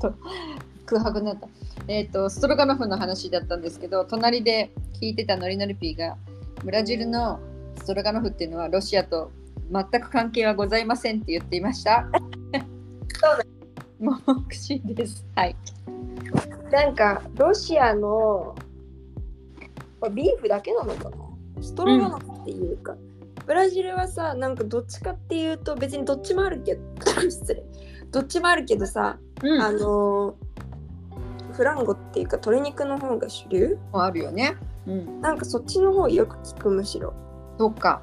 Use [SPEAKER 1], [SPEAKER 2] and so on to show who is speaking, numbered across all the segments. [SPEAKER 1] と空白になった、えっとストロガノフの話だったんですけど隣で聞いてたノリノリピーがブラジルのストロガノフっていうのはロシアと全く関係はございませんって言っていました。
[SPEAKER 2] そう
[SPEAKER 1] もう目視です。はい。
[SPEAKER 2] なんかロシアのまあビーフだけなのかなストロガノフっていうか、ブラジルはさなんかどっちかっていうと別にどっちもあるけど 失礼どっちもあるけどさ、
[SPEAKER 1] うん。
[SPEAKER 2] あのーフランゴっていうか鶏肉の方が主流
[SPEAKER 1] もうあるよね。うん。
[SPEAKER 2] なんかそっちの方よく聞くむしろ
[SPEAKER 1] そうか。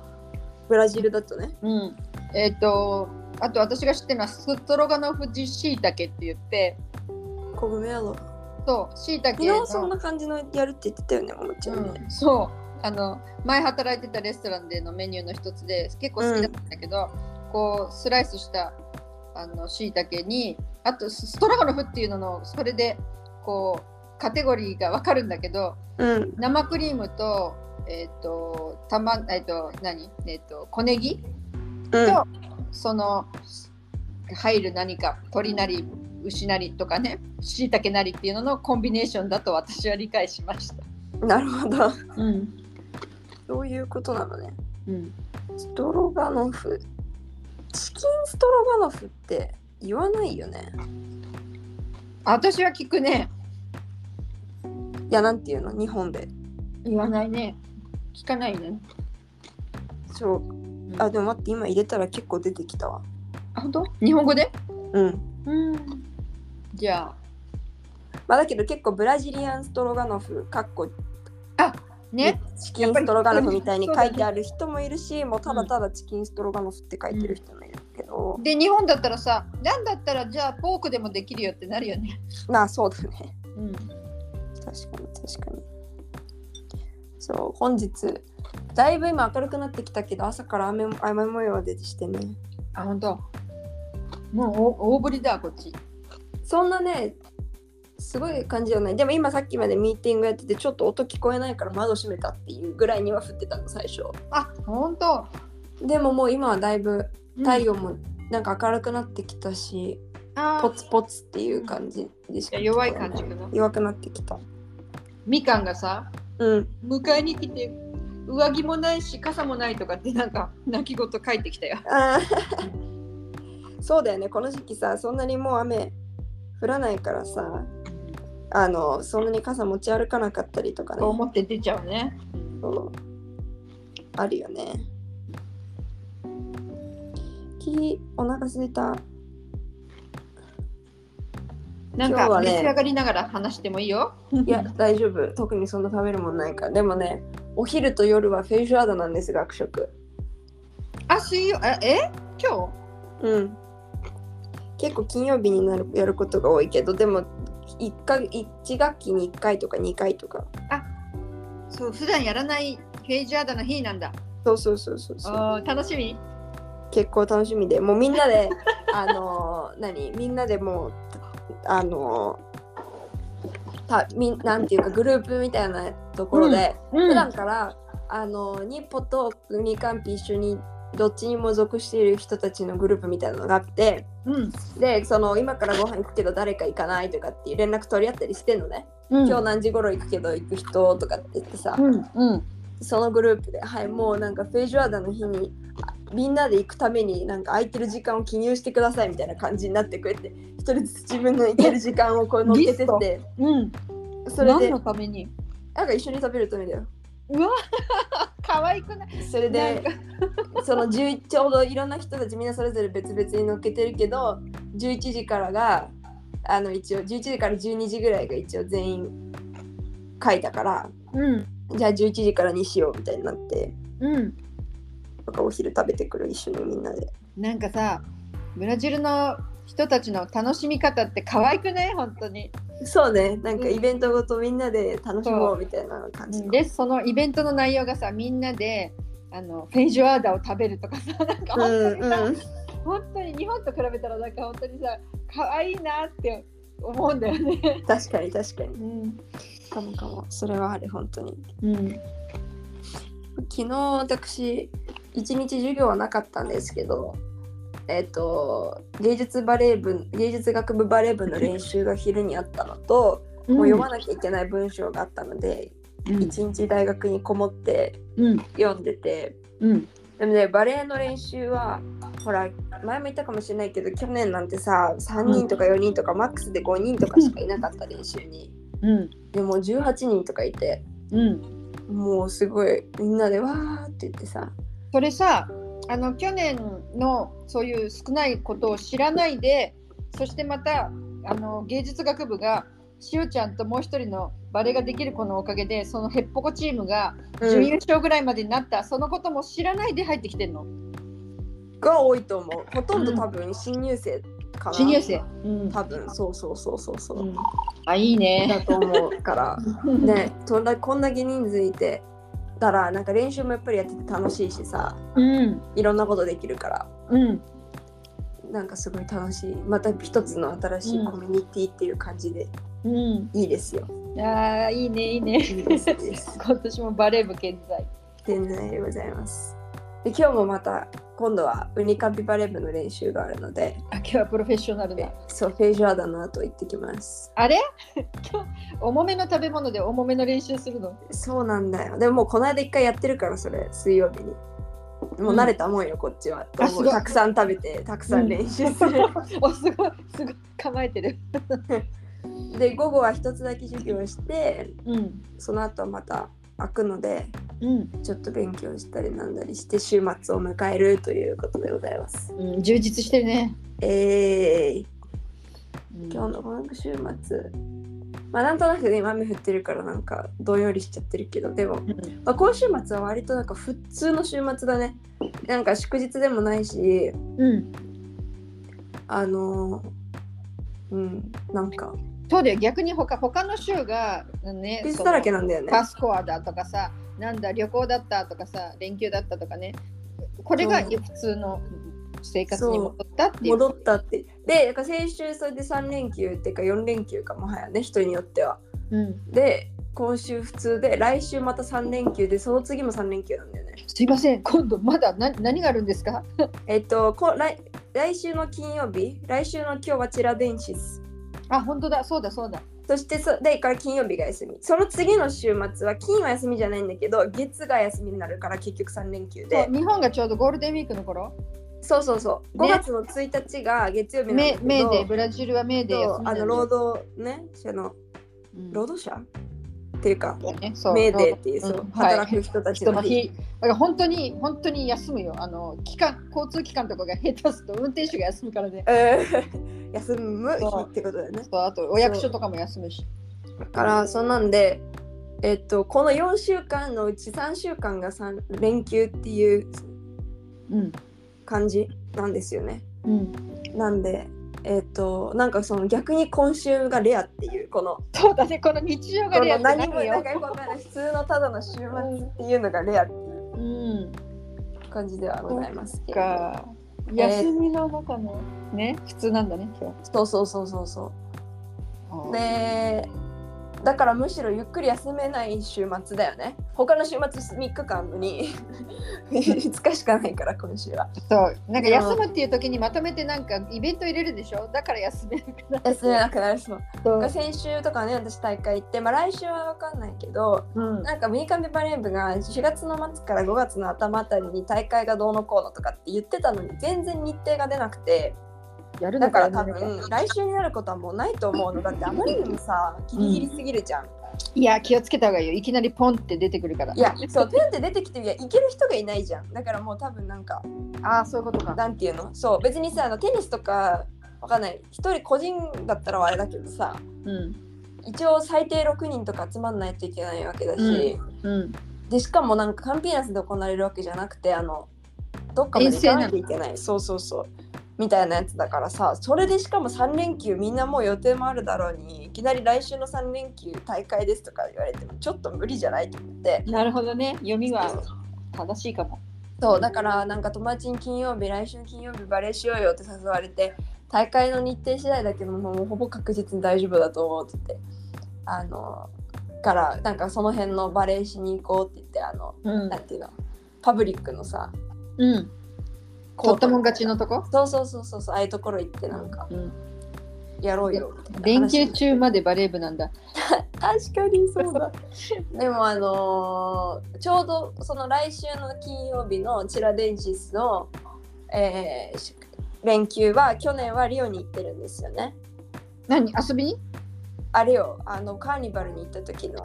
[SPEAKER 2] ブラジルだとね
[SPEAKER 1] うん。えっ、と、あと私が知ってるのはストロガノフジシイタケって言って、
[SPEAKER 2] コグメロ
[SPEAKER 1] そう、シイタケの。
[SPEAKER 2] 昨日そんな感じのやるって言ってたよねおもちゃんね
[SPEAKER 1] うん、そう。あの前働いてたレストランでのメニューの一つで結構好きだったんだけど、こうスライスしたあの椎茸にあとスストラガノフっていうののそれでこうカテゴリーがわかるんだけど
[SPEAKER 2] うん
[SPEAKER 1] 生クリームとえっ、とたまえっ、と何えっ、と小ネギ
[SPEAKER 2] うん
[SPEAKER 1] とその入る何か鳥なり牛なりとかね椎茸なりっていうののコンビネーションだと私は理解しました。
[SPEAKER 2] なるほど
[SPEAKER 1] うん
[SPEAKER 2] そういうことなのね
[SPEAKER 1] うん
[SPEAKER 2] ストロガノフチキンストロガノフって言わないよね
[SPEAKER 1] 私は聞くね
[SPEAKER 2] いやなんていうの日本で
[SPEAKER 1] 言わないね聞かないね
[SPEAKER 2] そうあでも待って今入れたら結構出てきたわ
[SPEAKER 1] あ本当日本語で
[SPEAKER 2] うん
[SPEAKER 1] うんじゃ
[SPEAKER 2] まあだけど結構ブラジリアンストロガノフかっこ
[SPEAKER 1] あね
[SPEAKER 2] チキンストロガノフみたいに書いてある人もいるしもうただただチキンストロガノフって書いてる人もいるけど、
[SPEAKER 1] で日本だったらさなんだったらじゃあポークでもできるよってなるよね
[SPEAKER 2] まあそうだね
[SPEAKER 1] うん
[SPEAKER 2] 確かに確かにそう本日だいぶ今明るくなってきたけど朝から雨も雨模様でしてね
[SPEAKER 1] あ本当もうお大ぶりだこっち
[SPEAKER 2] そんなねすごい感じじゃないでも今さっきまでミーティングやっててちょっと音聞こえないから窓閉めたっていうぐらいには降ってたの最初
[SPEAKER 1] あ本当
[SPEAKER 2] でももう今はだいぶ太
[SPEAKER 1] 陽
[SPEAKER 2] 陽もなんか明るくなってきたし、
[SPEAKER 1] あ
[SPEAKER 2] ポツポツっていう感じでしか
[SPEAKER 1] ー弱い感じかな
[SPEAKER 2] 弱くなってきた
[SPEAKER 1] みかんがさ
[SPEAKER 2] うん
[SPEAKER 1] 迎えに来て上着もないし傘もないとかってなんか泣き言返ってきたよ
[SPEAKER 2] あー そうだよねこの時期さそんなにもう雨降らないからさあのそんなに傘持ち歩かなかったりとかね
[SPEAKER 1] そう思って出ちゃうね
[SPEAKER 2] そうあるよねきお腹すいた
[SPEAKER 1] なん
[SPEAKER 2] 今日
[SPEAKER 1] か
[SPEAKER 2] はね
[SPEAKER 1] 召し上がりながら話してもいいよ
[SPEAKER 2] いや大丈夫特にそんな食べるもんないからでもねお昼と夜はフェイシュアードなんです学食
[SPEAKER 1] あ、水曜、あえ今
[SPEAKER 2] うん結構金曜日になるやることが多いけどでも 1, か1学期に1回とか2回とか
[SPEAKER 1] 日そう、普段やらないフェイジアーダの日なんだ。
[SPEAKER 2] そうそうそうそうそう
[SPEAKER 1] あー楽しみ
[SPEAKER 2] 結構楽しみでもうみん なであのー何みんなでもうあのーたみんなんていうかグループみたいなところで、
[SPEAKER 1] う
[SPEAKER 2] 普段からあのーニッポとミカンピ一緒にどっちにも属している人たちのグループみたいなのがあって
[SPEAKER 1] うん。
[SPEAKER 2] でその今からご飯行くけど誰か行かないとかっていう連絡取り合ったりしてんのね、
[SPEAKER 1] うん
[SPEAKER 2] 今日何時頃行くけど行く人とかって言ってさ、
[SPEAKER 1] うん。うん。
[SPEAKER 2] そのグループで、はい、もうなんかフェイジュアーダの日にあみんなで行くためになんか空いてる時間を記入してくださいみたいな感じになってくれて一人ずつ自分の行ける時間をこう乗っけて
[SPEAKER 1] リスト
[SPEAKER 2] って
[SPEAKER 1] うん。
[SPEAKER 2] それで
[SPEAKER 1] 何のために
[SPEAKER 2] なんか一緒に食べるためだよ
[SPEAKER 1] うわ可愛くない
[SPEAKER 2] それで
[SPEAKER 1] な
[SPEAKER 2] その11ちょうどいろんな人たちみんなそれぞれ別々に乗っけてるけど11時からがあの一応11時から12時ぐらいが一応全員書いたから
[SPEAKER 1] うん。
[SPEAKER 2] じゃあ11時からにしようみたいになって
[SPEAKER 1] うん。
[SPEAKER 2] なんかお昼食べてくる一緒にみんなで。
[SPEAKER 1] なんかさ、ブラジルの人たちの楽しみ方って可愛くない本当に。
[SPEAKER 2] そうね、なんか
[SPEAKER 1] うん
[SPEAKER 2] イベントごとみんなで楽しもうみたいな感じの。
[SPEAKER 1] で、そのイベントの内容がさ、みんなで、あのフェイジュアーダを食べるとかさ、 なんか
[SPEAKER 2] う
[SPEAKER 1] 本当
[SPEAKER 2] ん
[SPEAKER 1] に
[SPEAKER 2] う
[SPEAKER 1] さ、
[SPEAKER 2] ん、
[SPEAKER 1] 本当に日本と比べたらなんか本当にさ可愛いなって思うんだよね。
[SPEAKER 2] 確かに確かに。
[SPEAKER 1] うん。
[SPEAKER 2] かもかも。それはあれ、本当に。
[SPEAKER 1] うん。
[SPEAKER 2] 昨日私、一日授業はなかったんですけど、えっと芸術バレー部芸術学部バレー部の練習が昼にあったのと、もう読まなきゃいけない文章があったので
[SPEAKER 1] うん
[SPEAKER 2] 一、日大学にこもって
[SPEAKER 1] うん
[SPEAKER 2] 読んでて
[SPEAKER 1] うん
[SPEAKER 2] でもねバレエの練習はほら前も言ったかもしれないけど去年なんてさ3人とか4人とか、マックスで5人とかしかいなかった練習に
[SPEAKER 1] うん
[SPEAKER 2] でも18人とかいて
[SPEAKER 1] うん
[SPEAKER 2] もうすごいみんなでわーって言ってさ
[SPEAKER 1] それさあの去年のそういう少ないことを知らないでそしてまたあの芸術学部がしおちゃんともう一人のバレエができる子のおかげでそのへっぽこチームが準優勝ぐらいまでになった、そのことも知らないで入ってきてんの
[SPEAKER 2] が多いと思うほとんど多分新入生かな
[SPEAKER 1] 新入生、うん
[SPEAKER 2] 多分そうそうそうそうそう、
[SPEAKER 1] うんあいいね
[SPEAKER 2] だと思 うからねそんなこんだけ人数いてたらなんか練習もやっぱりやってて楽しいしさ
[SPEAKER 1] うん
[SPEAKER 2] いろんなことできるから
[SPEAKER 1] うん
[SPEAKER 2] なんかすごい楽しいまた一つの新しいコミュニティっていう感じで
[SPEAKER 1] う
[SPEAKER 2] いいですよ、
[SPEAKER 1] んあーいいねいい
[SPEAKER 2] いい
[SPEAKER 1] ね
[SPEAKER 2] ですいいです
[SPEAKER 1] 今年もバレー部健在
[SPEAKER 2] 全然でございますで今日もまた今度はウニカピバレー部の練習があるので
[SPEAKER 1] あ今日はプロフェッショナルだ
[SPEAKER 2] そうフェイジュアダの後行ってきます
[SPEAKER 1] あれ 今日重めの食べ物で重めの練習するの
[SPEAKER 2] そうなんだよでももうこの間一回やってるからそれ水曜日にもう慣れたもんよ、こっちは
[SPEAKER 1] あ
[SPEAKER 2] も
[SPEAKER 1] す
[SPEAKER 2] う
[SPEAKER 1] ごい
[SPEAKER 2] たくさん食べてたくさん練習する、
[SPEAKER 1] おすごいすごい構えてる
[SPEAKER 2] で午後は一つだけ授業して
[SPEAKER 1] うん
[SPEAKER 2] その後はまた開くので
[SPEAKER 1] うん、
[SPEAKER 2] ちょっと勉強したりなんだりして週末を迎えるということでございます
[SPEAKER 1] うん、充実してるね、
[SPEAKER 2] えー、
[SPEAKER 1] うん
[SPEAKER 2] 今日のこの週末まあなんとなくね今雨降ってるからなんかどんよりしちゃってるけどでも、
[SPEAKER 1] ん
[SPEAKER 2] まあ、今週末は割となんか普通の週末だねなんか祝日でもないし
[SPEAKER 1] うん、
[SPEAKER 2] あのーうんなんか
[SPEAKER 1] そうだよ逆に他他の州がね
[SPEAKER 2] クイズだらけなんだよね
[SPEAKER 1] パスコアだとかさ、なんだ旅行だったとかさ、連休だったとかね、これが
[SPEAKER 2] そう
[SPEAKER 1] 普通の生活に戻ったっていう。
[SPEAKER 2] 戻ったってでなんか先週それで3連休っていうか4連休かもはやね人によっては
[SPEAKER 1] うん、
[SPEAKER 2] で今週普通で来週また3連休でその次も3連休なんだよね
[SPEAKER 1] すいません、今度まだ何何があるんですか
[SPEAKER 2] えっとこ来来週の金曜日来週の今日はチラデンシス
[SPEAKER 1] あ、本当だ、そうだそうだ。
[SPEAKER 2] そしてそでから金曜日が休みその次の週末は金は休みじゃないんだけど月が休みになるから結局3連休
[SPEAKER 1] そ
[SPEAKER 2] で
[SPEAKER 1] う日本がちょうどゴールデンウィークの頃、
[SPEAKER 2] そうそうそう
[SPEAKER 1] ね
[SPEAKER 2] 5月の1日が月曜日なんだ
[SPEAKER 1] メ
[SPEAKER 2] けど
[SPEAKER 1] メーデー、ブラジルはメーデー
[SPEAKER 2] そう
[SPEAKER 1] 休みなんだ
[SPEAKER 2] あの
[SPEAKER 1] よ
[SPEAKER 2] 労働ねその
[SPEAKER 1] うん
[SPEAKER 2] 労働者っていうか
[SPEAKER 1] ねそう
[SPEAKER 2] メーデーっていう、
[SPEAKER 1] 労
[SPEAKER 2] そう
[SPEAKER 1] 働ん
[SPEAKER 2] 働
[SPEAKER 1] は
[SPEAKER 2] く
[SPEAKER 1] い
[SPEAKER 2] 人たち
[SPEAKER 1] 人の
[SPEAKER 2] の日。
[SPEAKER 1] 日だから本当に本当に休むよあの機関交通機関とかが下手すると運転手が休むからね
[SPEAKER 2] うん 休む日ってことだよね。
[SPEAKER 1] そうあとお役所とかも休むし
[SPEAKER 2] だからそんなんで、えっと、この4週間のうち3週間が三連休っていう
[SPEAKER 1] うん
[SPEAKER 2] 感じなんですよね。
[SPEAKER 1] うん
[SPEAKER 2] なんで、えっと、なんかその逆に今週がレアっていうこの
[SPEAKER 1] そうだね、この日常が
[SPEAKER 2] こ
[SPEAKER 1] レア
[SPEAKER 2] の
[SPEAKER 1] って
[SPEAKER 2] 何
[SPEAKER 1] 何
[SPEAKER 2] もな
[SPEAKER 1] よ
[SPEAKER 2] ん。かよくわかんない普通のただの週末っていうのがレアっていう
[SPEAKER 1] うん。
[SPEAKER 2] 感じではございますけれど。
[SPEAKER 1] か、休みの中のね、普通なんだね、今
[SPEAKER 2] そうそうそうそうそう。
[SPEAKER 1] 日。
[SPEAKER 2] でだからむしろゆっくり休めない週末だよね他の週末3日間あんのに 5日しかないから今週は
[SPEAKER 1] そう、なんか休むっていう時にまとめてなんかイベント入れるでしょだから休めるから。
[SPEAKER 2] 休めなくなるそう
[SPEAKER 1] そ
[SPEAKER 2] なんか先週とかね私大会行ってまあ来週は分かんないけど
[SPEAKER 1] うん。
[SPEAKER 2] なんか三上バレー部が4月の末から5月の頭あたりに大会がどうのこうのとかって言ってたのに全然日程が出なくて
[SPEAKER 1] やる
[SPEAKER 2] だ
[SPEAKER 1] の
[SPEAKER 2] か
[SPEAKER 1] からら
[SPEAKER 2] 多
[SPEAKER 1] 多分。
[SPEAKER 2] 分来週になることはもうないと思うのだってあまりにもさギリギリすぎるじゃん
[SPEAKER 1] いや、気をつけた方がいいよ。いきなりポンって出てくるから。
[SPEAKER 2] いや、そう、ピュンって出てきて、いや、行ける人がいないじゃん。だからもう多分なんか、
[SPEAKER 1] ああ、そういうことか。
[SPEAKER 2] なんていうのそう、別にさ、あのテニスとか、わかんない。一人個人だったらあれだけどさ、
[SPEAKER 1] うん。
[SPEAKER 2] 一応最低6人とか集まんないといけないわけだし、
[SPEAKER 1] うん。
[SPEAKER 2] で、しかもなんかカンピーナスで行われるわけじゃなくて、あの、どっかまで行かなきゃいけない。そうそうそう。みたいなやつだからさ、それでしかも3連休みんなもう予定もあるだろうに、いきなり来週の3連休大会ですとか言われてもちょっと無理じゃないと思って。
[SPEAKER 1] なるほどね。読みは正しいかも。
[SPEAKER 2] そうだからなんか友達に金曜日来週金曜日バレーしようよって誘われて大会の日程次第だけどもうほぼ確実に大丈夫だと思うって言ってあのからなんかその辺のバレーしに行こうって言ってあの
[SPEAKER 1] うん
[SPEAKER 2] なんていうのパブリックのさ
[SPEAKER 1] うん。取ったもん勝ちのとこ
[SPEAKER 2] そうそうそうそうそうああいうところ行ってなんか
[SPEAKER 1] うん
[SPEAKER 2] やろうよみたいな話
[SPEAKER 1] 連休中までバレー部なんだ。
[SPEAKER 2] 確かにそうだでもあのーちょうどその来週の金曜日のチラデンジスの、えーし連休は去年はリオに行ってるんですよね
[SPEAKER 1] 何遊びに
[SPEAKER 2] あれよあのカーニバルに行った時の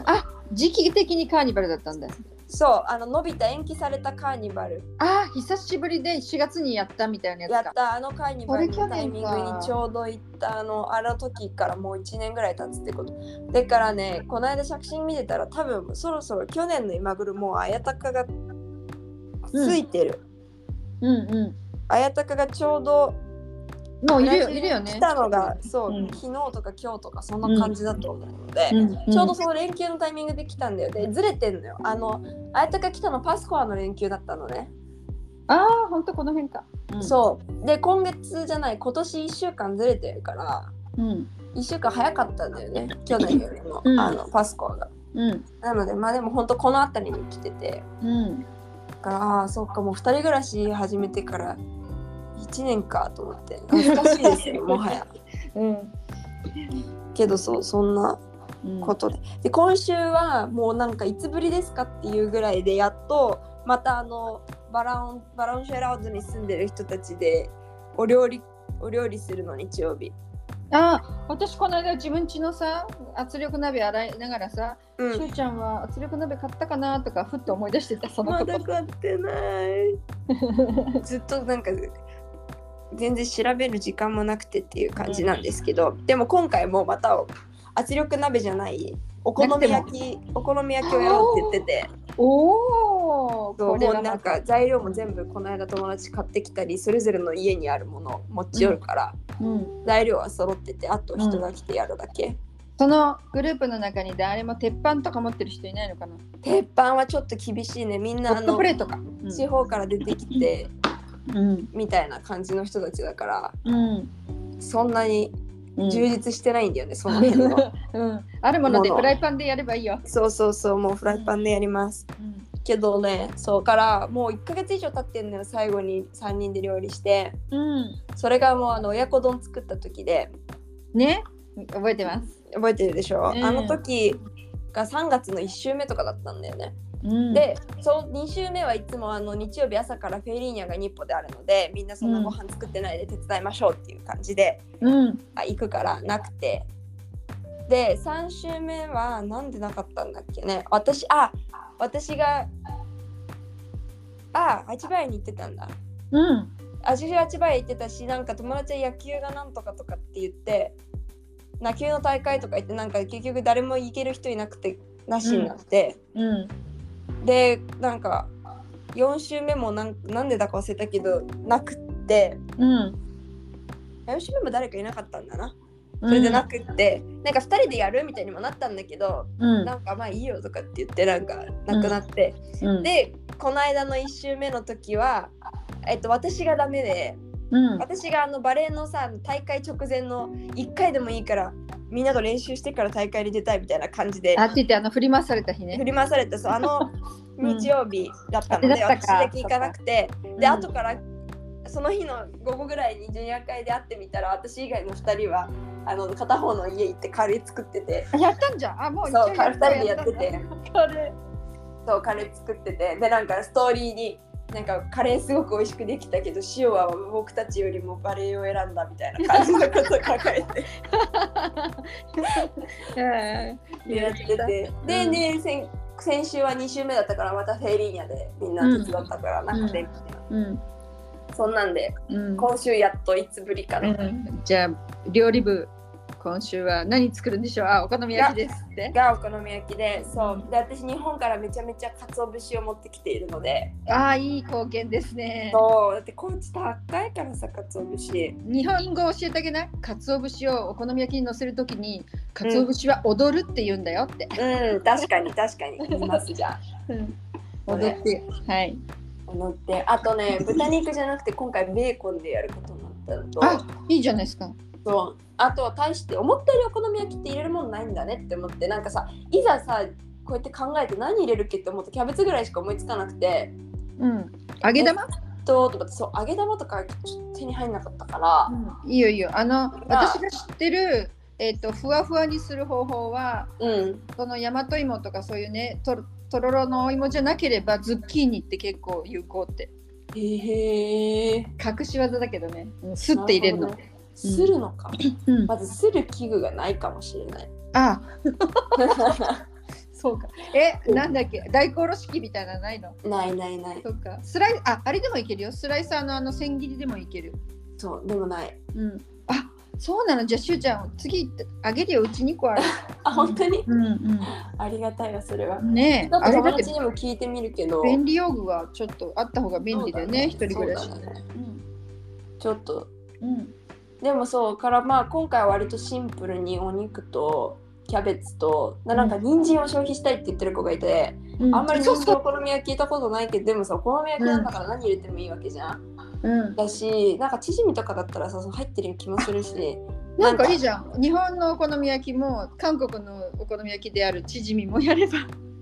[SPEAKER 1] 時期的にカーニバルだったんだ。
[SPEAKER 2] そうあの伸びた延期されたカーニバル
[SPEAKER 1] ああ、久しぶりで4月にやったみたいな
[SPEAKER 2] や
[SPEAKER 1] や
[SPEAKER 2] っ
[SPEAKER 1] つか。
[SPEAKER 2] たあのカーニバル
[SPEAKER 1] これ去
[SPEAKER 2] の
[SPEAKER 1] 年か
[SPEAKER 2] タイミングにちょうど行ったあのあの時からもう1年ぐらい経つってことだからねこの間写真見てたら多分そろそろ去年の今頃もう綾鷹がついてる、
[SPEAKER 1] うんう
[SPEAKER 2] 綾鷹がちょうど
[SPEAKER 1] ん。もういる
[SPEAKER 2] ブラ
[SPEAKER 1] よ
[SPEAKER 2] ジ
[SPEAKER 1] い
[SPEAKER 2] ル
[SPEAKER 1] るよ
[SPEAKER 2] に
[SPEAKER 1] ね
[SPEAKER 2] 来。たのがそう、
[SPEAKER 1] うん
[SPEAKER 2] 昨日とか今日とかそんな感じだと思うので、
[SPEAKER 1] うん
[SPEAKER 2] ちょうどその連休のタイミングで来たんだよでずれてんのよあの綾鷹来たのパスコアの連休だったのね、
[SPEAKER 1] ああ、ほんとこの辺か。うん
[SPEAKER 2] そうで今月じゃない今年1週間ずれてるから
[SPEAKER 1] うん。
[SPEAKER 2] 1週間早かったんだよね去年よりも、
[SPEAKER 1] うん
[SPEAKER 2] あのパスコアが
[SPEAKER 1] うん。
[SPEAKER 2] なのでまあでも本当この辺りに来てて
[SPEAKER 1] うん。
[SPEAKER 2] だからああーそっかもう2人暮らし始めてから1年かと思って懐かしいですよも はや
[SPEAKER 1] うん。
[SPEAKER 2] けどそうそんな
[SPEAKER 1] うん
[SPEAKER 2] ことでで今週はもうなんかいつぶりですかっていうぐらいでやっとまたあのバランバランシェラードに住んでる人たちでお料理お料理するの日曜日、
[SPEAKER 1] ああ、私この間自分家のさ、圧力鍋洗いながらさ、
[SPEAKER 2] う
[SPEAKER 1] しゅうちゃんは圧力鍋買ったかなとか、ふっと思い出してた、その
[SPEAKER 2] ま
[SPEAKER 1] こ
[SPEAKER 2] だ
[SPEAKER 1] と。
[SPEAKER 2] 買ってないずっとなんか全然調べる時間もなくてっていう感じなんですけど、でも今回もまた圧力鍋じゃないお好み焼きお好み焼きをやろうって言ってて
[SPEAKER 1] おお、
[SPEAKER 2] そ
[SPEAKER 1] こ
[SPEAKER 2] う
[SPEAKER 1] れ
[SPEAKER 2] も
[SPEAKER 1] は
[SPEAKER 2] うなん
[SPEAKER 1] ま
[SPEAKER 2] か材料も全部この間友達買ってきたりそれぞれの家にあるものを持ち寄るから、
[SPEAKER 1] うん、
[SPEAKER 2] 材料は揃っててあと人が来てやるだけ、
[SPEAKER 1] そのグループの中に誰も鉄板とか持ってる人いないのかな。
[SPEAKER 2] 鉄板はちょっと厳しいねみん
[SPEAKER 1] ホ
[SPEAKER 2] なあ
[SPEAKER 1] ット
[SPEAKER 2] の
[SPEAKER 1] プレートか。
[SPEAKER 2] 地方から出てきて
[SPEAKER 1] うん。
[SPEAKER 2] みたいな感じの人たちだから
[SPEAKER 1] うん。
[SPEAKER 2] そんなに
[SPEAKER 1] うん
[SPEAKER 2] 充実してないんだよね、その辺は
[SPEAKER 1] うん、あるもので
[SPEAKER 2] もの
[SPEAKER 1] フライパンでやればいいよ。
[SPEAKER 2] そうそうそうもうフライパンでやりますけどねそうからもう1ヶ月以上経ってんのよ最後に3人で料理して
[SPEAKER 1] うん、
[SPEAKER 2] それがもうあの親子丼作った時で
[SPEAKER 1] ね覚えてます。
[SPEAKER 2] 覚えてるでしょ、
[SPEAKER 1] うん
[SPEAKER 2] あの時が3月の1週目とかだったんだよね、
[SPEAKER 1] うん、
[SPEAKER 2] でその2週目はいつもあの日曜日朝からフェリーニャが日歩であるのでみんなそんなご飯作ってないで手伝いましょうっていう感じで、
[SPEAKER 1] うん、
[SPEAKER 2] あ行くからなくてで3週目はなんでなかったんだっけね私あ私があ八葉屋に行ってたんだ
[SPEAKER 1] うん、
[SPEAKER 2] 私八葉屋行ってたしなんか友達は野球がなんとかとかって言って野球の大会とか行ってなんか結局誰も行ける人いなくてなしになって、
[SPEAKER 1] うん、
[SPEAKER 2] でなんか4週目もなんなんでだか忘れたけどなくって
[SPEAKER 1] うん。
[SPEAKER 2] 4週目も誰かいなかったんだなそれでなくって、なんか2人でやるみたいにもなったんだけど、
[SPEAKER 1] うん、
[SPEAKER 2] なんかまあいいよとかって言ってなんかなくなって、
[SPEAKER 1] うん、
[SPEAKER 2] でこの間の1週目の時は、えっと、私がダメで
[SPEAKER 1] うん、
[SPEAKER 2] 私があのバレーのさ大会直前の1回でもいいからみんなと練習してから大会に出たいみたいな感じで
[SPEAKER 1] あって言ってあの振り回された日
[SPEAKER 2] 振
[SPEAKER 1] ね。
[SPEAKER 2] り回されてそうあの
[SPEAKER 1] うん
[SPEAKER 2] 日曜日だったの
[SPEAKER 1] あ
[SPEAKER 2] で、
[SPEAKER 1] れだった
[SPEAKER 2] 私
[SPEAKER 1] か
[SPEAKER 2] だけ行かなくてで
[SPEAKER 1] うん
[SPEAKER 2] 後からその日の午後ぐらいにジュニア会で会ってみたら私以外の2人はあの片方の家行ってカレー作ってて
[SPEAKER 1] やったんじゃん。あもう
[SPEAKER 2] そう
[SPEAKER 1] 一
[SPEAKER 2] カ
[SPEAKER 1] 応
[SPEAKER 2] レー2人でやって
[SPEAKER 1] や
[SPEAKER 2] て
[SPEAKER 1] ったんだ。カレ
[SPEAKER 2] そうカレー作っててでなんかストーリーになんかカレーすごく美味しくできたけど塩は僕たちよりもバレエを選んだみたいな感じのこと書か れて
[SPEAKER 1] ー。うん
[SPEAKER 2] やっててで
[SPEAKER 1] うん
[SPEAKER 2] ね先先週は2週目だったからまたフェリーニャでみんな手伝ったからなくてみたいな。
[SPEAKER 1] うん、
[SPEAKER 2] そんなんで
[SPEAKER 1] うん、
[SPEAKER 2] 今週やっといつぶりかな、
[SPEAKER 1] うん。じゃあ料理部今週は何作るんでしょう。あお好み焼きですって。
[SPEAKER 2] がお好み焼きでそうで私日本からめちゃめちゃ鰹節を持ってきているので
[SPEAKER 1] ああいい貢献ですね。
[SPEAKER 2] そうだって高知高いからさ鰹節
[SPEAKER 1] 日本語を教えてあげない鰹節をお好み焼きに乗せるときに鰹節は踊るって言うんだよって、
[SPEAKER 2] うん確かに確かに言いますじゃあ
[SPEAKER 1] 踊ってはい
[SPEAKER 2] 思ってあと ね豚肉じゃなくて今回ベーコンでやることになったのと
[SPEAKER 1] あいいじゃないですか
[SPEAKER 2] そうあとは大して思ったよりお好み焼きって入れるもんないんだねって思ってなんかさいざさこうやって考えて何入れるっけって思ってキャベツぐらいしか思いつかなくて
[SPEAKER 1] うん揚げ玉
[SPEAKER 2] 当と思ってそう揚げ玉とかちょっと手に入んなかったから、
[SPEAKER 1] いいよいいよ。あの、
[SPEAKER 2] ん
[SPEAKER 1] 私が知ってる、えっ、と、ふわふわにする方法は、
[SPEAKER 2] うん、
[SPEAKER 1] その大和芋とかそういうね、とろとろろのお芋じゃなければ、ズッキーニって結構有効って。
[SPEAKER 2] へえ
[SPEAKER 1] 隠し技だけどね、うんすって入れるの。
[SPEAKER 2] するのか、
[SPEAKER 1] うん
[SPEAKER 2] まずする器具がないかもし れない
[SPEAKER 1] あそうか。え、なんだっけ、大根おろし器みたいなのないの
[SPEAKER 2] ないないない
[SPEAKER 1] そうか。スライあ、あれでもいけるよ。スライサーのあの千切りでもいける。
[SPEAKER 2] そうでもない
[SPEAKER 1] うん。あ、そうなの。じゃあ、しゅうちゃん、次あげるよ。うち2個あ る。
[SPEAKER 2] あ本当に
[SPEAKER 1] うん
[SPEAKER 2] ありがたいわそれは
[SPEAKER 1] うん。ねえ、
[SPEAKER 2] なん
[SPEAKER 1] あ
[SPEAKER 2] か
[SPEAKER 1] れだ
[SPEAKER 2] 友
[SPEAKER 1] って
[SPEAKER 2] 達にも聞いてみるけど
[SPEAKER 1] 便利用具はちょっとあった方が便利だよね。一
[SPEAKER 2] そうだ
[SPEAKER 1] 人暮らし。
[SPEAKER 2] そうだね
[SPEAKER 1] うん
[SPEAKER 2] ちょっと
[SPEAKER 1] うん
[SPEAKER 2] でもそうからまあ今回は割とシンプルにお肉とキャベツとななんか人参を消費したいって言ってる子がいて、
[SPEAKER 1] うん、
[SPEAKER 2] あんまり
[SPEAKER 1] そう
[SPEAKER 2] 人参
[SPEAKER 1] そ
[SPEAKER 2] お好み焼き聞いたことないけどでもさお好み焼きなんだから何入れてもいいわけじゃん、
[SPEAKER 1] う、うん、
[SPEAKER 2] だしなんかチヂミとかだったらさその入ってる気もするし
[SPEAKER 1] なんかいいじゃん日本のお好み焼きも韓国のお好み焼きであるチヂミもやれば、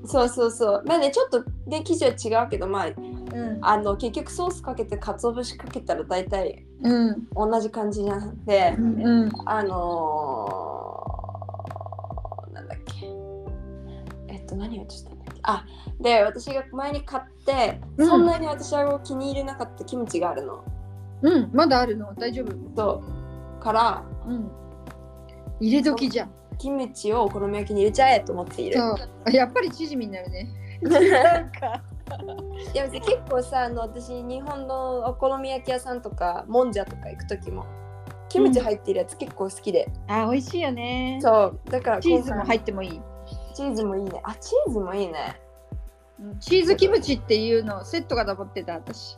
[SPEAKER 2] そうそうそうまあねちょっとで生地は違うけどまあ
[SPEAKER 1] うん
[SPEAKER 2] あの結局ソースかけて鰹節かけたら大体
[SPEAKER 1] うん
[SPEAKER 2] 同じ感じなんで、
[SPEAKER 1] うん、
[SPEAKER 2] あのー、なんだっけえっと何をちょっとだっけあで私が前に買って、
[SPEAKER 1] うん
[SPEAKER 2] そんなに私は気に入れなかったキムチがあるの
[SPEAKER 1] うん、まだあるの大丈夫、
[SPEAKER 2] そうから
[SPEAKER 1] うん、入れ時じゃん
[SPEAKER 2] キムチをお好み焼きに入れちゃえと思っている
[SPEAKER 1] そうあやっぱりチヂミになるねんか
[SPEAKER 2] でもさ結構さあの私日本のお好み焼き屋さんとかもんじゃとか行く時もキムチ入ってるやつ結構好きで、
[SPEAKER 1] あ美味しいよね
[SPEAKER 2] そうだから
[SPEAKER 1] チーズも
[SPEAKER 2] 今
[SPEAKER 1] 入
[SPEAKER 2] 回
[SPEAKER 1] ってもいい、
[SPEAKER 2] チーズもいいねあチーズもいいね
[SPEAKER 1] うん、チーズキムチっていうのセットが残ってた私、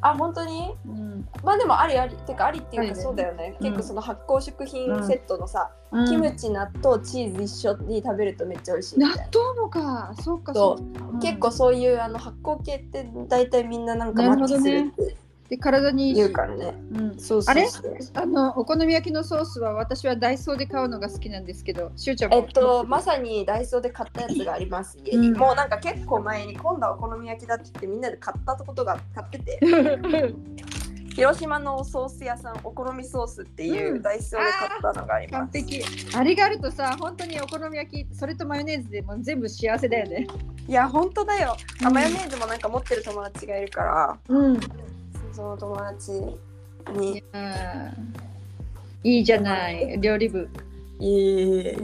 [SPEAKER 2] あ本当に
[SPEAKER 1] うん
[SPEAKER 2] まあでもありありてかありって
[SPEAKER 1] あ
[SPEAKER 2] い
[SPEAKER 1] り
[SPEAKER 2] う
[SPEAKER 1] だよ
[SPEAKER 2] か
[SPEAKER 1] ね
[SPEAKER 2] そうだよね、
[SPEAKER 1] うん
[SPEAKER 2] 結構その発酵食品セットのさ、
[SPEAKER 1] うん、
[SPEAKER 2] キムチ納豆チーズ一緒に食べるとめっちゃ美味しいみ
[SPEAKER 1] 納
[SPEAKER 2] たいな
[SPEAKER 1] 豆もかそうか
[SPEAKER 2] そう
[SPEAKER 1] うか、
[SPEAKER 2] 結構そういうあの発酵系って大体みんななんかマッチするって
[SPEAKER 1] で体にいいし
[SPEAKER 2] 言うからね
[SPEAKER 1] うん、
[SPEAKER 2] そうそ
[SPEAKER 1] あ
[SPEAKER 2] う
[SPEAKER 1] れ
[SPEAKER 2] そう
[SPEAKER 1] あのお好み焼きのソースは私はダイソーで買うのが好きなんですけど、しゅうちゃんも
[SPEAKER 2] えっとまさにダイソーで買ったやつがあります、家に
[SPEAKER 1] うん
[SPEAKER 2] もうなんか結構前に今度はお好み焼きだって言ってみんなで買ったことが買っ てて広島のおソース屋さんお好みソースっていううんダイソーで買ったのがありま
[SPEAKER 1] 完
[SPEAKER 2] す、
[SPEAKER 1] 璧。あれがあるとさ、本当にお好み焼き、それとマヨネーズでもう全部幸せだよね。
[SPEAKER 2] いや本当だよあ
[SPEAKER 1] うん
[SPEAKER 2] マヨネーズもなんか持ってる友達がいるから
[SPEAKER 1] うん。
[SPEAKER 2] その友達に
[SPEAKER 1] いいじゃない、料理部。
[SPEAKER 2] いえ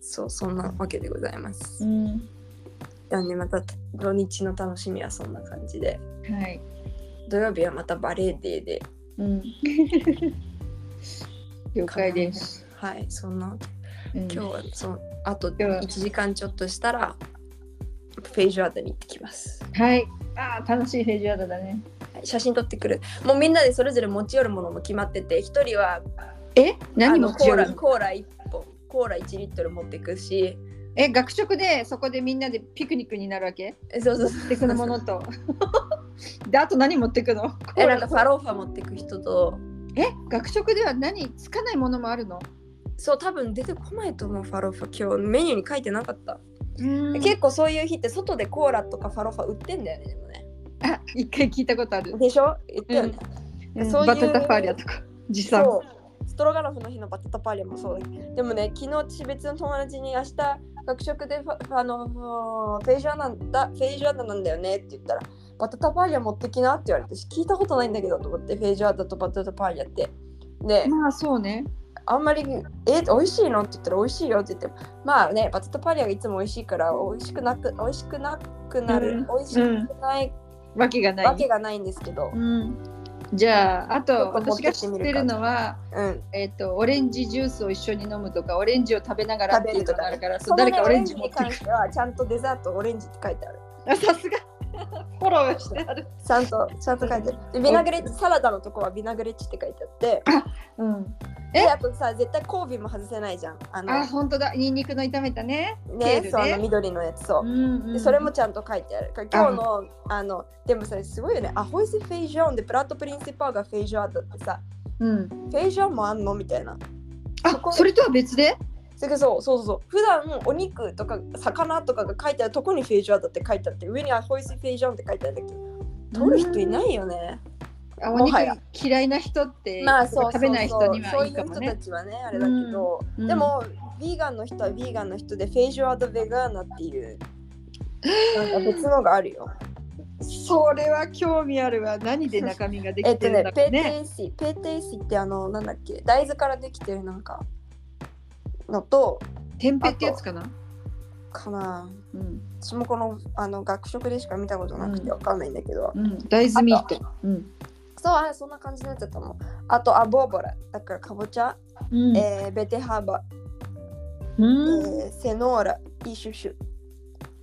[SPEAKER 2] そうそんなわけでございます
[SPEAKER 1] うん。
[SPEAKER 2] なんでまた土日の楽しみはそんな感じで
[SPEAKER 1] はい。
[SPEAKER 2] 土曜日はまたバレエデーで
[SPEAKER 1] うん。了解です。
[SPEAKER 2] はいそんな
[SPEAKER 1] うん
[SPEAKER 2] 今日はそのあと
[SPEAKER 1] 日は
[SPEAKER 2] 1時間ちょっとしたらフェイジュアードに行ってきます、
[SPEAKER 1] はい。ああ、楽しいフェジュアードだね。
[SPEAKER 2] はい写真撮ってくるもうみんなでそれぞれ持ち寄るものも決まってて一人は
[SPEAKER 1] え、何
[SPEAKER 2] あの
[SPEAKER 1] も
[SPEAKER 2] コーラコーラ1本コーラ1リットル持ってくし
[SPEAKER 1] え、学食でそこでみんなでピクニックになるわけ
[SPEAKER 2] えそうそう
[SPEAKER 1] 持ってくのものと。で、あと何持ってくの
[SPEAKER 2] えなんかファローファ持ってく人と
[SPEAKER 1] え学食では何つかないものもあるの
[SPEAKER 2] そう多分出てこないと思うファローファ今日メニューに書いてなかった、
[SPEAKER 1] 結
[SPEAKER 2] 結構そういう日って外でコーラとかファローファ売ってんだよねでもね
[SPEAKER 1] あ一回聞いたことある、
[SPEAKER 2] でしょ言ったよね、
[SPEAKER 1] うん
[SPEAKER 2] そういう
[SPEAKER 1] バタタファーリアとか持参
[SPEAKER 2] そうストロガノフの日のバタタパーリアもそうだけどでもね昨日私別の友達に明日学食でファファあのフェイジュアなんだフェイジュアだなんだよねって言ったらバタタパーリア持ってきなって言われて私聞いたことないんだけどと思ってフェイジュアだとバタタパーリアってで、
[SPEAKER 1] まあそうね
[SPEAKER 2] あんまり「え美味しいの?」って言ったら「美味しいよ」って言ってまあねバタタパリアがいつも美味しいから美味しくなく美味しくなくなる、
[SPEAKER 1] うん
[SPEAKER 2] 美味しくない
[SPEAKER 1] わけがない
[SPEAKER 2] わけがないんですけど
[SPEAKER 1] う、ん、じゃああと
[SPEAKER 2] ちょっと持
[SPEAKER 1] 私
[SPEAKER 2] って
[SPEAKER 1] が
[SPEAKER 2] って
[SPEAKER 1] 知っ
[SPEAKER 2] みるか
[SPEAKER 1] てるのは
[SPEAKER 2] うん、
[SPEAKER 1] えっ、とオレンジジュースを一緒に飲むとかオレンジを食べながらっていうのがあるからそ
[SPEAKER 2] そうのね
[SPEAKER 1] 誰かオレンジ持
[SPEAKER 2] に
[SPEAKER 1] ってく
[SPEAKER 2] 関してはちゃんとデザートオレンジって書いてある
[SPEAKER 1] あさすがフォローしてある
[SPEAKER 2] ちゃんとちゃんと書いてあるでビナグレッジサラダのとこはビナグレッジって書いてあって
[SPEAKER 1] うんえ
[SPEAKER 2] であとさ絶対交尾も外せないじゃんあ
[SPEAKER 1] あ
[SPEAKER 2] の
[SPEAKER 1] 本当だニンニクの炒めたねケー
[SPEAKER 2] ね
[SPEAKER 1] ルね
[SPEAKER 2] そうあの緑のやつそう、
[SPEAKER 1] ん
[SPEAKER 2] でそれもちゃんと書いてある。今日の、あの、でもさ、すごいよね。アホイスフェイジョンでプラットプリンシパーがフェイジョンだってさ、
[SPEAKER 1] うん
[SPEAKER 2] フェイジョンもあんのみたいな。そ
[SPEAKER 1] あ
[SPEAKER 2] こ
[SPEAKER 1] それとは別で
[SPEAKER 2] それからそうそうそうそう。普段お肉とか魚とかが書いてあるとこにフェイジョンだって書いてあって、上にアホイスフェイジョンって書いてあるんだけど、取る人いないよね。
[SPEAKER 1] あお
[SPEAKER 2] も
[SPEAKER 1] 肉
[SPEAKER 2] はや
[SPEAKER 1] 嫌いな人って、
[SPEAKER 2] まあそうそう
[SPEAKER 1] 食べない人に
[SPEAKER 2] そう
[SPEAKER 1] はいいういかも
[SPEAKER 2] 人た
[SPEAKER 1] ね。
[SPEAKER 2] ちはねあれだけど、
[SPEAKER 1] うん
[SPEAKER 2] でもヴィーガンの人はヴィーガンの人でフェイジョアドベガーナっていうなんか別のがあるよ。
[SPEAKER 1] それは興味あるわ。何で中身ができ
[SPEAKER 2] えっと
[SPEAKER 1] てる
[SPEAKER 2] ね
[SPEAKER 1] んだろ
[SPEAKER 2] ペ
[SPEAKER 1] う
[SPEAKER 2] ー
[SPEAKER 1] ね。
[SPEAKER 2] テイシペーテイシってあのなんだっけ大豆からできてるなんかのと
[SPEAKER 1] 天ペってやつかな。
[SPEAKER 2] かな
[SPEAKER 1] うん。
[SPEAKER 2] 私もこのあの学食でしか見たことなくてわかんないんだけど、
[SPEAKER 1] うん。大豆ミート。うん。
[SPEAKER 2] そうあそんな感じになっちゃったもんあとアボーボラだからかぼちゃ、
[SPEAKER 1] うん。
[SPEAKER 2] えーベテハーバ、
[SPEAKER 1] うん。
[SPEAKER 2] えーセノーライシュシュ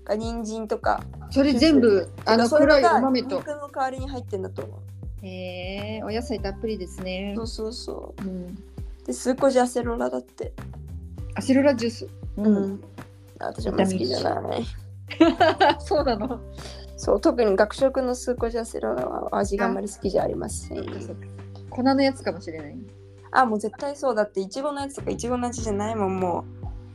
[SPEAKER 2] か人参とか
[SPEAKER 1] それ全部あの
[SPEAKER 2] それ
[SPEAKER 1] 黒い
[SPEAKER 2] が
[SPEAKER 1] お豆と
[SPEAKER 2] 肉。の代わりに入ってんだと思う
[SPEAKER 1] へえお野菜たっぷりですね
[SPEAKER 2] そ。うそうそ
[SPEAKER 1] うん。
[SPEAKER 2] うでスーコジアセロラだって
[SPEAKER 1] アセロラジュース。
[SPEAKER 2] う。私も好きじゃない
[SPEAKER 1] そうなの。
[SPEAKER 2] そう特に学食のスーコジアセロラは味があんまり好きじゃありません
[SPEAKER 1] 粉のやつかもしれない。
[SPEAKER 2] あもう絶対そうだっていちごのやつとかいちごの味じゃないもんも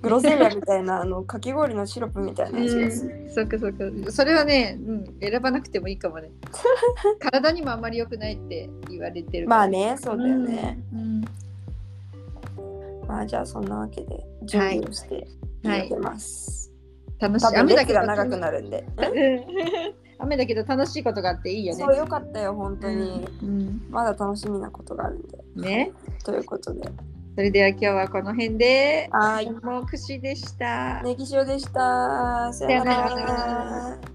[SPEAKER 2] うグロゼリアみたいなあのかき氷のシロップみたいな味がする、
[SPEAKER 1] そっかそっか。それはね、うん、選ばなくてもいいかもね。体にもあんまり良くないって言われてるから。
[SPEAKER 2] まあねそうだよね、
[SPEAKER 1] うん。
[SPEAKER 2] まあじゃあそんなわけで準備をして
[SPEAKER 1] はい
[SPEAKER 2] いけます、
[SPEAKER 1] 楽しい。
[SPEAKER 2] 多分
[SPEAKER 1] 雨だけ
[SPEAKER 2] 列
[SPEAKER 1] ど
[SPEAKER 2] が長くなるんで、
[SPEAKER 1] う ん雨だけど楽しいことがあっていいよね
[SPEAKER 2] そ。うよかったよ本当に、
[SPEAKER 1] うん。
[SPEAKER 2] まだ楽しみなことがあるんで
[SPEAKER 1] ね。
[SPEAKER 2] ということで
[SPEAKER 1] それでは今日はこの辺で。
[SPEAKER 2] はい
[SPEAKER 1] もうくしでした。
[SPEAKER 2] ネギ塩でしたさよな
[SPEAKER 1] さよな
[SPEAKER 2] ら